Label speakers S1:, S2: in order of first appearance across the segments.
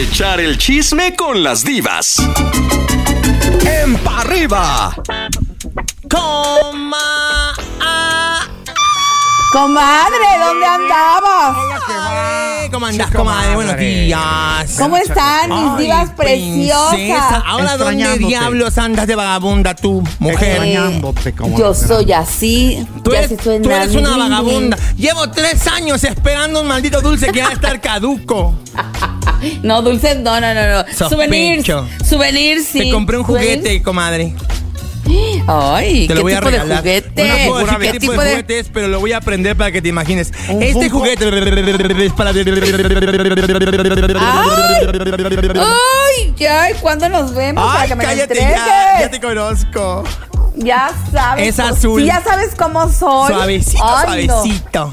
S1: escuchar el chisme con las divas. En pa' arriba.
S2: Coma. ah,
S3: Comadre, ¿dónde andabas?
S2: eh, ¿Cómo andás, comadre? Buenos días.
S3: ¿Cómo están mis
S2: Ay,
S3: divas
S2: princesa,
S3: preciosas?
S2: Ahora, ¿dónde
S4: Extrañándote.
S2: diablos andas de vagabunda tú, mujer?
S4: Extraña-
S3: Eh,
S4: Extrañándote, comadre.
S3: yo soy así.
S2: Tú
S3: yo
S2: eres,
S3: así soy
S2: tú eres una
S3: Nadine.
S2: vagabunda. Llevo tres años esperando un maldito dulce que va a estar caduco.
S3: No, dulces, no, no, no, no.
S2: Sospecho.
S3: Souvenirs. Souvenirs, sí.
S2: Te compré un
S3: Souvenirs.
S2: juguete, comadre.
S3: Ay,
S2: Te lo
S3: ¿qué
S2: voy a
S3: tipo de
S2: regalar. No
S3: juguete?
S2: puedo decir qué, tipo, de, juguete es, pero lo voy a aprender para que te imagines. Este juguete es para.
S3: Ay, ya, ¿y cuándo nos vemos? para
S2: ¡Ay,
S3: que me lo
S2: cállate!
S3: entregues?
S2: Ya, ya te conozco.
S3: Ya sabes.
S2: Es
S3: cómo-
S2: azul.
S3: Sí, ya sabes cómo soy.
S2: Suavecito,
S3: Ay, no.
S2: suavecito.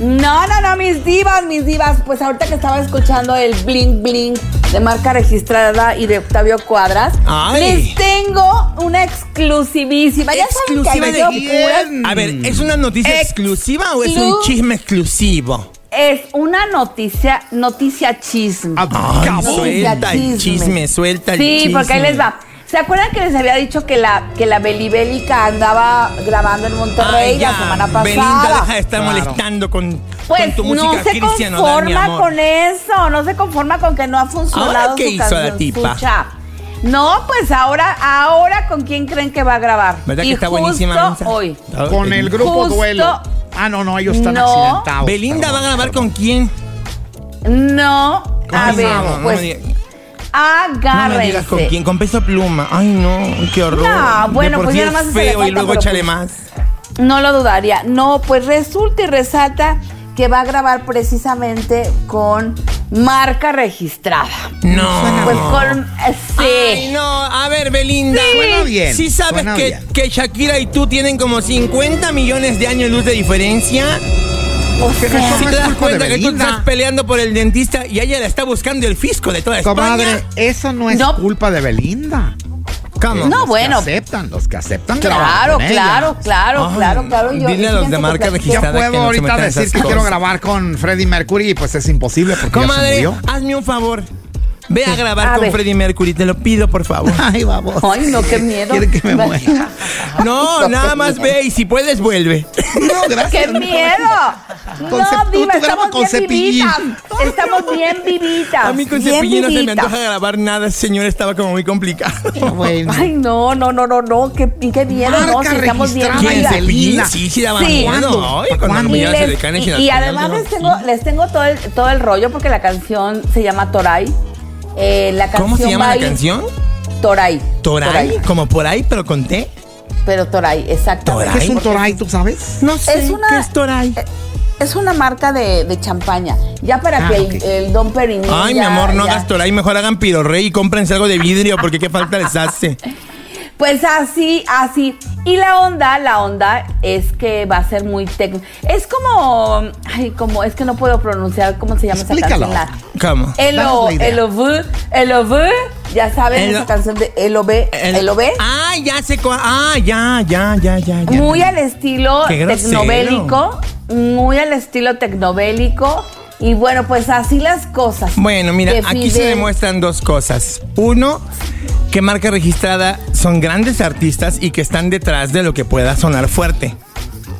S3: No, no, no, mis divas, mis divas. Pues ahorita que estaba escuchando el bling bling de marca registrada y de Octavio Cuadras,
S2: Ay.
S3: les tengo una exclusivísima. Ya saben que ahí me
S2: Exclusiva de
S3: quedo pura.
S2: A ver, ¿es una noticia
S3: Ex-
S2: exclusiva o es un
S3: Clu-
S2: chisme exclusivo?
S3: Es una noticia, noticia chisme.
S2: Ah, Ay,
S4: Acabó.
S2: suelta el chisme, suelta el
S3: Sí,
S2: chisme.
S3: porque ahí les va. ¿Se acuerdan que les había dicho que la, que la Belibélica andaba grabando en Monterrey
S2: Ay,
S3: la
S2: ya,
S3: semana pasada?
S2: Belinda, deja de estar
S4: Claro.
S2: molestando con, con
S3: Pues
S2: tu
S3: no
S2: música
S3: se
S2: Cristian Odal, mi
S3: conforma
S2: amor.
S3: con eso, no se conforma con que no ha funcionado
S2: ¿Ahora qué
S3: su
S2: hizo la
S3: canción,
S2: tipa?
S3: Sucha. No, pues ahora, ahora con quién creen que va a grabar.
S2: ¿Verdad que
S3: Y
S2: está buenísima
S3: justo
S2: Mensa?
S3: hoy.
S4: Con el grupo
S3: Justo-
S4: Duelo. Ah, no, no, ellos están
S3: No.
S2: Ah,
S4: accidentados.
S2: Belinda va a
S4: perdón.
S2: grabar con quién?
S3: No, a
S2: Ay,
S3: ver,
S2: no, no me
S3: pues
S2: digas- no me digas con
S3: agárrense.
S2: quién, con peso pluma. Ay, no, qué horror.
S3: No, bueno,
S2: De por
S3: pues
S2: sí
S3: ya
S2: es
S3: nomás se le
S2: feo y
S3: falta,
S2: luego
S3: pero
S2: échale
S3: pues-
S2: más.
S3: No lo dudaría. No, pues resulta y resalta que va a grabar precisamente con marca registrada.
S2: No.
S3: Pues con... eh, sí.
S2: Ay, no, a ver, Belinda.
S4: Sí. Suena bien,
S2: Sí sabes
S4: suena
S2: que,
S4: bien.
S2: que Shakira y tú tienen como 50 millones de años luz de diferencia.
S3: O
S4: Pero
S3: sea,
S4: eso
S2: Si
S4: no
S2: te
S4: es
S2: das
S4: culpa de
S2: cuenta que tú
S4: Belinda.
S2: estás peleando por el dentista y a ella la está buscando el fisco de toda España.
S4: Comadre, eso no es
S3: No.
S4: culpa de Belinda.
S2: ¿Cómo?
S3: No,
S4: Los
S3: bueno.
S4: Que aceptan, los que aceptan. grabar
S3: Claro,
S4: con ella.
S3: claro, claro,
S2: Ay,
S3: claro, claro. Yo-
S2: dile a los
S3: fíjense
S2: de
S3: que
S2: marca
S3: platiqué-
S4: Yo
S2: registrada. que no
S4: puedo
S2: se
S4: ahorita
S2: metan
S4: decir
S2: esas
S4: que quiero
S2: cosas.
S4: grabar con Freddie Mercury y pues es imposible porque ya se
S2: Comadre,
S4: murió.
S2: hazme un favor. Ve a grabar
S3: A
S2: con
S3: ver.
S2: Freddie Mercury, te lo pido, por favor.
S4: Ay, vamos.
S3: Ay, no, qué miedo.
S4: Quiere que me muera.
S2: No, nada más ve y si puedes, vuelve.
S4: No, gracias.
S3: ¡Qué
S4: no.
S3: miedo!
S4: Con
S3: No,
S4: cep- tú-
S3: Diva,
S4: tú grabas
S3: estamos
S4: con
S3: bien
S4: cepillín.
S3: vivitas. Estamos bien vivitas.
S2: A mí con
S3: bien
S2: cepillín no se me
S3: vivitas.
S2: antoja grabar nada, señor, estaba como muy complicado.
S4: Ah, Bueno.
S3: Ay, no, no, no, no, no. Qué, qué miedo, no.
S4: Marca
S3: Si estamos bien
S4: registrada,
S2: ¿Quién
S3: vidas.
S4: Isabel.
S2: cepillín?
S4: Belinda.
S2: Sí, sí, daba
S3: Ah, Sí.
S2: miedo. Ay,
S4: ¿Cuándo?
S2: cuando mi
S3: Y,
S2: amiga se
S3: les-
S2: le caen en
S3: y-
S2: las
S3: y
S2: piernas,
S3: además
S2: yo-
S3: les tengo, les tengo todo el, todo el rollo porque la canción se llama Toray. Eh, la canción
S2: ¿Cómo se
S3: va
S2: llama
S3: a
S2: la
S3: ir-
S2: canción?
S3: Toray.
S2: Toray, como por ahí, pero con T.
S3: Pero Toray, exactamente.
S4: ¿Qué es un toray, tú sabes?
S2: No sé
S3: Es una-
S2: qué es Toray.
S3: eh, Es una marca de, de champaña. Ya para
S4: Ah,
S3: que
S4: ok.
S3: el, el Don Periñón.
S2: Ay, mi
S3: ya-
S2: amor, no
S3: ya-
S2: hagas Toray, mejor hagan pirorrey y cómprense algo de vidrio porque qué falta les hace.
S3: Pues así, así. Y la onda, la onda es que va a ser muy técnica. Es como, ay, como, es que no puedo pronunciar cómo se llama
S4: Explícalo.
S3: esa canción. La-
S2: ¿Cómo?
S4: Danos
S3: Elo,
S4: la idea.
S3: Elov, Elov, ya saben
S2: Elo-
S3: esa canción de Elove,
S2: El-
S3: Elove.
S2: Ah, ya sé cuál. Ah, ya, ya, ya, ya. ya.
S3: Muy al estilo
S2: Qué grosero.
S3: tecnobélico, muy al estilo tecnobélico. Y bueno, pues así las cosas.
S2: Bueno, mira,
S3: Que
S2: aquí se
S3: Fidel-
S2: demuestran dos cosas. Uno, que marca registrada son grandes artistas y que están detrás de lo que pueda sonar fuerte.
S3: Ayer platiqué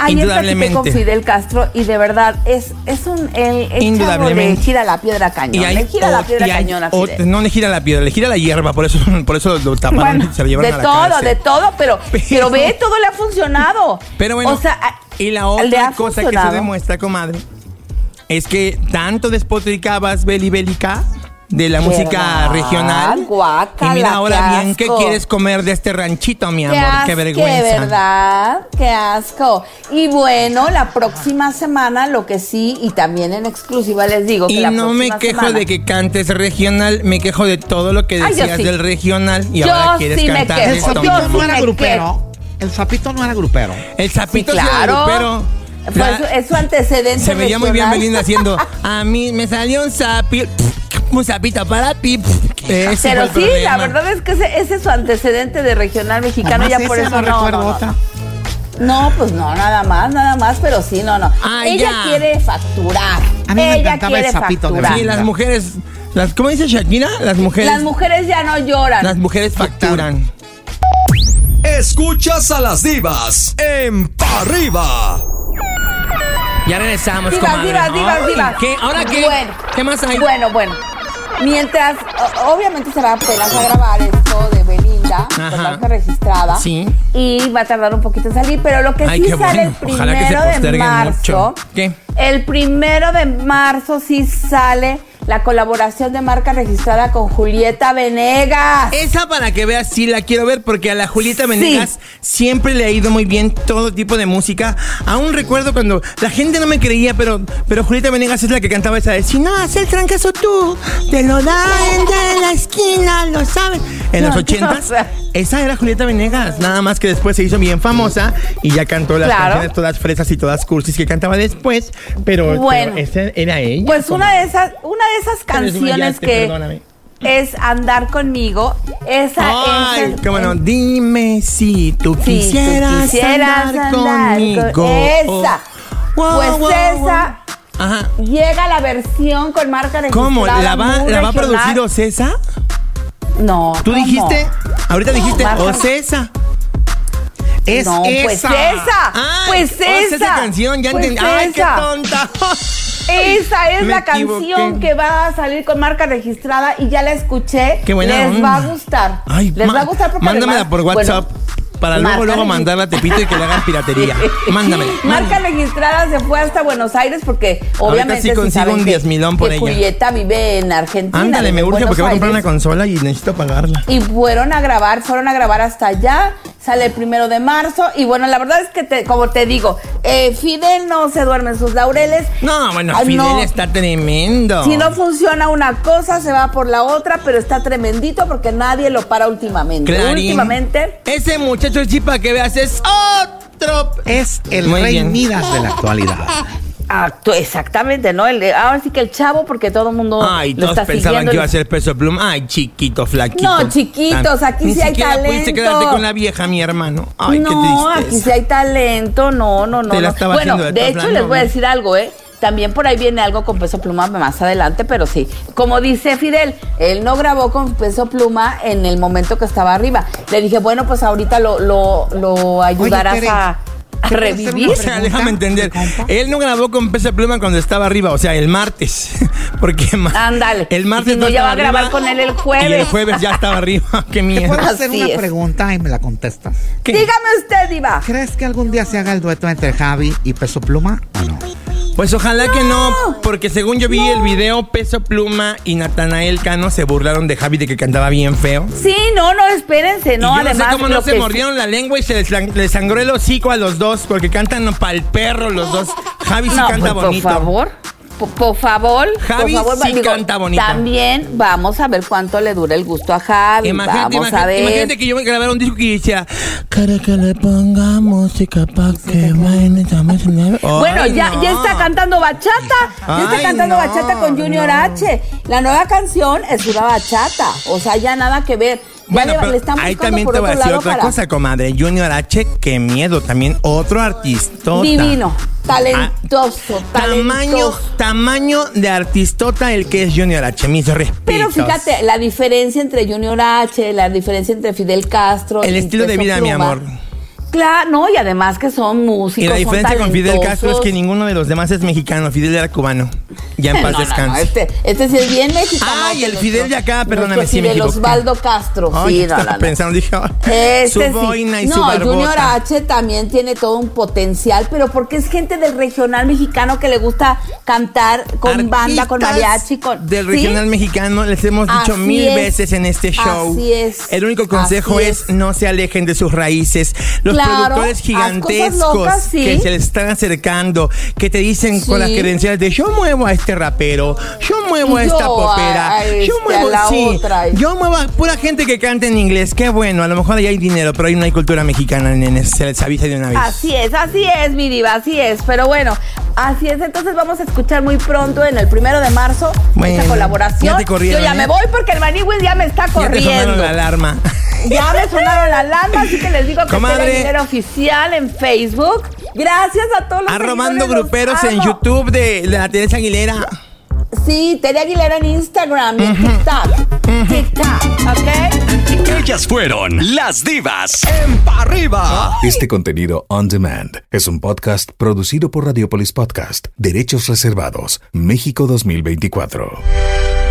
S3: con
S2: indudablemente.
S3: Fidel Castro y de verdad es, es un el, el chavo de
S2: Indudablemente.
S3: gira la piedra
S2: Y
S3: cañona.
S2: hay
S3: Le gira
S2: ot-
S3: la piedra
S2: y hay
S3: cañona.
S2: ot-
S3: Fidel.
S2: no le gira la piedra, le gira la hierba, por eso, por eso lo taparon
S3: Bueno,
S2: y se lo llevaron
S3: de
S2: a la
S3: todo,
S2: cárcel.
S3: de todo, pero,
S2: Pero-
S3: pero, ve, todo le ha funcionado.
S2: Pero bueno,
S3: o sea, a-
S2: y la
S3: le
S2: otra cosa
S3: ha
S2: que se
S3: funcionado.
S2: demuestra, comadre, es que tanto despotricabas Beli Bélica de la música
S3: ¿Verdad?
S2: regional.
S3: Guácala,
S2: y mira ahora
S3: qué
S2: bien, ¿qué
S3: asco.
S2: quieres comer de este ranchito, mi
S3: Qué
S2: amor?
S3: asco,
S2: qué vergüenza.
S3: ¿verdad? Qué asco. Y bueno, la próxima semana, lo que sí, y también en exclusiva les digo que
S2: Y
S3: la
S2: no me
S3: próxima
S2: quejo
S3: semana-
S2: de que cantes regional, me quejo de todo lo que
S3: Ay, yo
S2: decías
S3: sí.
S2: del regional y
S3: Yo
S2: ahora quieres
S3: sí me
S2: cantar
S3: quejo.
S4: El
S2: esto,
S3: Yo
S2: mi
S4: sapito
S2: amor.
S4: no era
S3: me
S4: grupero. El sapito no era grupero.
S2: El
S3: Sí,
S2: sapito sí era
S3: claro.
S2: grupero.
S3: Fue
S2: La-
S3: su- es su antecedente.
S2: Se veía muy bien
S3: regional.
S2: Belinda haciendo. A mí me salió un sapito. Un sapito para ti. Ese fue
S3: Pero
S2: el
S3: sí,
S2: problema.
S3: la verdad es que ese, ese es su antecedente de regional mexicano,
S4: Nomás
S3: ya por
S4: ese,
S3: eso
S4: no
S3: no.
S4: recuerdo
S3: no, no, no.
S4: otra.
S3: No, pues no, nada más, nada más, pero sí, no, no.
S2: Ay,
S3: Ella
S2: Ah, ya.
S3: quiere facturar.
S4: A mí me
S3: Ella
S4: encantaba el
S3: quiere
S4: sapito de
S3: facturar.
S2: Sí, las mujeres Las, ¿Cómo dice Shakira? Las mujeres.
S3: Las mujeres ya no lloran.
S2: las mujeres facturan.
S1: Escuchas a las divas en Pa' arriba.
S2: Ya regresamos,
S3: Divas,
S2: comadre.
S3: divas, divas,
S2: Ay,
S3: divas.
S2: ¿Qué? ¿Ahora qué?
S3: Bueno.
S2: ¿Qué más hay?
S3: Bueno, bueno. Mientras, o- obviamente se va apenas a grabar esto de Belinda,
S2: Ajá.
S3: totalmente registrada.
S2: Sí.
S3: Y va a tardar un poquito en salir, pero lo que
S2: Ay,
S3: sí
S2: qué
S3: sale
S2: bueno.
S3: el
S2: Ojalá que se
S3: primero de
S2: postergue
S3: marzo.
S2: mucho. ¿Qué?
S3: El primero de marzo sí sale la colaboración de marca registrada con Julieta Venegas.
S2: Esa para que veas, sí la quiero ver, porque a la Julieta Venegas siempre le ha ido muy bien todo tipo de música. Aún recuerdo cuando la gente no me creía, pero, pero Julieta Venegas es la que cantaba esa de Si no haces el trancazo tú, te lo dan de la esquina, lo sabes. En
S3: No,
S2: los
S3: no,
S2: ochentas.
S3: o sea.
S2: Esa era Julieta Venegas, nada más que después se hizo bien famosa y ya cantó las
S3: Claro.
S2: canciones todas fresas y todas cursis que cantaba después, pero,
S3: Bueno.
S2: pero esa era ella.
S3: Pues
S2: comadre.
S3: una de esas, una de esas
S2: Te
S3: canciones
S2: desmayaste,
S3: que
S2: perdóname.
S3: es andar conmigo. Esa
S2: Ay,
S3: es.
S2: qué bueno. Dime si tú
S3: Sí, tú
S2: quisieras,
S3: quisieras
S2: andar,
S3: andar
S2: conmigo. Oh.
S3: con- Esa.
S2: Wow,
S3: Pues
S2: wow,
S3: esa.
S2: wow. Ajá.
S3: Llega la versión con marca registrada.
S2: ¿Cómo? ¿La va,
S3: muy
S2: ¿La va a
S3: regional.
S2: producir Ocesa?
S3: No.
S2: ¿Tú
S3: ¿cómo?
S2: dijiste? Ahorita dijiste
S3: Marca-
S2: Ocesa.
S4: Es
S3: No, pues
S4: esa.
S3: esa.
S2: Ay,
S3: pues esa.
S2: Ocesa canción, ya
S3: Pues
S2: entendí. Ay, qué
S3: esa.
S2: tonta.
S3: Esa es
S2: Me
S3: la canción
S2: equivoqué.
S3: que va a salir con marca registrada y ya la escuché.
S2: Qué buena
S3: Les
S2: onda.
S3: va a gustar.
S2: Ay,
S3: Les
S2: ma-
S3: va a gustar porque
S2: Mándamela
S3: además-
S2: por
S3: bueno,
S2: WhatsApp para luego
S3: marca
S2: luego
S3: regis-
S2: mandarla a Tepito y que le hagan piratería. Mándamela.
S3: Marca registrada se fue hasta Buenos Aires porque obviamente
S2: sí
S3: si
S2: consigo
S3: saben
S2: un
S3: que-
S2: 10,000 por
S3: que
S2: ella.
S3: Julieta vive en Argentina.
S2: Ándale,
S3: vive
S2: me
S3: en
S2: urge
S3: Buenos
S2: porque voy a comprar una
S3: Aires.
S2: consola y necesito pagarla.
S3: Y fueron a grabar, fueron a grabar hasta allá. Sale el primero de marzo. Y bueno, la verdad es que, te- como te digo, eh, Fidel no se duerme en sus laureles.
S2: No, bueno,
S3: Ah,
S2: Fidel
S3: no.
S2: está tremendo.
S3: Si no funciona una cosa, se va por la otra, pero está tremendito porque nadie lo para últimamente.
S2: Clarín.
S3: Últimamente.
S2: Ese muchacho chipa que veas es oh. otro.
S4: Es el
S2: Muy
S4: rey
S2: bien.
S4: Midas de la actualidad.
S3: actú- ah, exactamente, ¿no? El, ahora sí que el chavo, porque todo el mundo.
S2: Ay,
S3: lo
S2: todos
S3: está
S2: pensaban
S3: siguiendo.
S2: que iba a ser peso pluma. Ay, chiquito, flaquito.
S3: No, chiquitos, aquí
S2: Ni
S3: sí hay
S2: siquiera pudiste
S3: talento.
S2: quedarte con la vieja, mi hermano. Ay,
S3: no,
S2: qué
S3: aquí
S2: tristeza.
S3: sí hay talento, no, no, no.
S2: Te la
S3: no.
S2: estaba
S3: bueno,
S2: haciendo de
S3: de,
S2: todas
S3: hecho
S2: maneras,
S3: les voy a
S2: ¿no?
S3: decir algo, ¿eh? También por ahí viene algo con peso pluma más adelante, pero sí. Como dice Fidel, él no grabó con peso pluma en el momento que estaba arriba. Le dije, bueno, pues ahorita lo, lo, lo ayudarás
S4: Tere,
S3: a, a
S4: ¿te puedo hacer una
S3: revivir.
S2: O sea, déjame entender.
S4: ¿Me compa?
S2: Él no grabó con peso pluma cuando estaba arriba, o sea, el martes. Porque ma-
S3: Ándale.
S2: El martes
S3: Si no, ya
S2: estaba
S3: va a grabar
S2: arriba,
S3: con él el
S2: Y el
S3: jueves.
S2: jueves ya estaba arriba. Qué
S4: Te puedo
S2: mierda.
S4: hacer
S3: Así
S4: una
S3: es.
S4: pregunta y me la contestas.
S2: ¿Qué?
S3: Dígame usted, Diva.
S4: ¿Crees que algún día se haga el dueto entre Javi y Peso Pluma o no?
S2: Pues ojalá que no, porque según yo vi el video, Peso Pluma y Natanael Cano se burlaron de Javi de que cantaba bien feo.
S3: Sí, no, no, espérense, no,
S2: y yo no sé
S3: además.
S2: cómo no
S3: lo
S2: se
S3: que-
S2: mordieron la lengua y se les, lang- les sangró el hocico a los dos, porque cantan pa'l perro los dos. Javi sí
S3: No, pues,
S2: canta
S3: por,
S2: bonito.
S3: favor. Por, por favor,
S2: Javi
S3: por favor,
S2: sí canta bonito.
S3: También vamos a ver cuánto le dura el gusto a Javi.
S2: Imagínate,
S3: vamos
S2: imagínate-
S3: a ver.
S2: imagínate que yo voy a grabar un disco que decía Quiere que le ponga música pa' que baile dame su nueve".
S3: Bueno,
S2: Ay,
S3: ya,
S2: no.
S3: ya está cantando bachata. Ya está
S2: Ay,
S3: cantando
S2: no,
S3: bachata con Junior
S2: no.
S3: H. La nueva canción es una bachata. O sea, ya nada que ver. Ya
S2: Bueno,
S3: le-
S2: pero
S3: le están
S2: ahí
S3: buscando
S2: también
S3: por
S2: te voy a
S3: otro
S2: decir
S3: lado
S2: otra
S3: para-
S2: cosa, comadre. Junior H, qué miedo. También otro artista.
S3: Divino, talentoso,
S2: Ah, Tamaño,
S3: talentoso.
S2: tamaño de artistota el que es Junior H. Mis respetos.
S3: Pero fíjate, la diferencia entre Junior H, la diferencia entre Fidel Castro.
S2: El
S3: y
S2: estilo de
S3: Peso
S2: vida, mi
S3: Pluma.
S2: amor.
S3: Claro, no, y además que son músicos.
S2: Y la
S3: son
S2: diferencia con Fidel Castro es
S3: talentosos.
S2: que ninguno de los demás es mexicano. Fidel era cubano. Ya en
S3: No,
S2: paz
S3: no, no,
S2: descanse.
S3: este, este sí es bien mexicano.
S2: Ay,
S3: que
S2: el Fidel de acá, perdóname,
S3: nuestro
S2: sí me
S3: Fidel
S2: equivoqué.
S3: Osvaldo Castro.
S2: Ay,
S3: sí, no,
S2: estaba
S3: no, no.
S2: pensando, dije, ay,
S3: Este
S2: su
S3: sí.
S2: boina y
S3: no,
S2: su barbota.
S3: Junior H también tiene todo un potencial, pero porque es gente del regional mexicano que le gusta cantar con banda, con
S2: Artistas
S3: mariachi, con
S2: Del
S3: ¿sí?
S2: regional mexicano, les hemos dicho
S3: Así
S2: mil
S3: es.
S2: veces en este show.
S3: Así es.
S2: El único consejo
S3: Así
S2: es,
S3: es.
S2: no se alejen de sus raíces. Los
S3: Claro,
S2: productores
S3: haz cosas
S2: gigantescos
S3: locas, sí.
S2: que se les están acercando, que te dicen con las
S3: Sí.
S2: credenciales de yo muevo a este rapero, yo muevo a
S3: Y yo
S2: esta
S3: a-
S2: popera,
S3: a
S2: yo
S3: este,
S2: muevo
S3: a la
S2: sí,
S3: otra.
S2: yo muevo a pura gente que canta en inglés. Qué bueno, a lo mejor ahí hay dinero, pero ahí no hay cultura mexicana, nenes. Se les avisa de una vez.
S3: Así es, así es, mi diva, así es. Pero bueno, así es. Entonces vamos a escuchar muy pronto, en el primero de marzo,
S2: Bueno,
S3: esta colaboración.
S2: ya te corrieron,
S3: Yo ya
S2: ¿eh?
S3: me voy porque el Maniwis ya me está
S2: ya te
S3: corriendo.
S2: sonaron la alarma.
S3: Ya me sonaron la alarma, así que les digo que
S2: Comadre.
S3: está el dinero oficial en Facebook. Gracias a todos los
S2: Arrobando
S3: seguidores, los
S2: Ah, gruperos en
S3: amo.
S2: YouTube de, de la Teresa Aguilera.
S3: Sí, Tere Aguilera en Instagram y en TikTok. TikTok, ¿ok?
S1: Ellas fueron las divas en Pa' arriba.
S5: Este contenido on demand es un podcast producido por Radiopolis Podcast, Derechos Reservados, México 2024.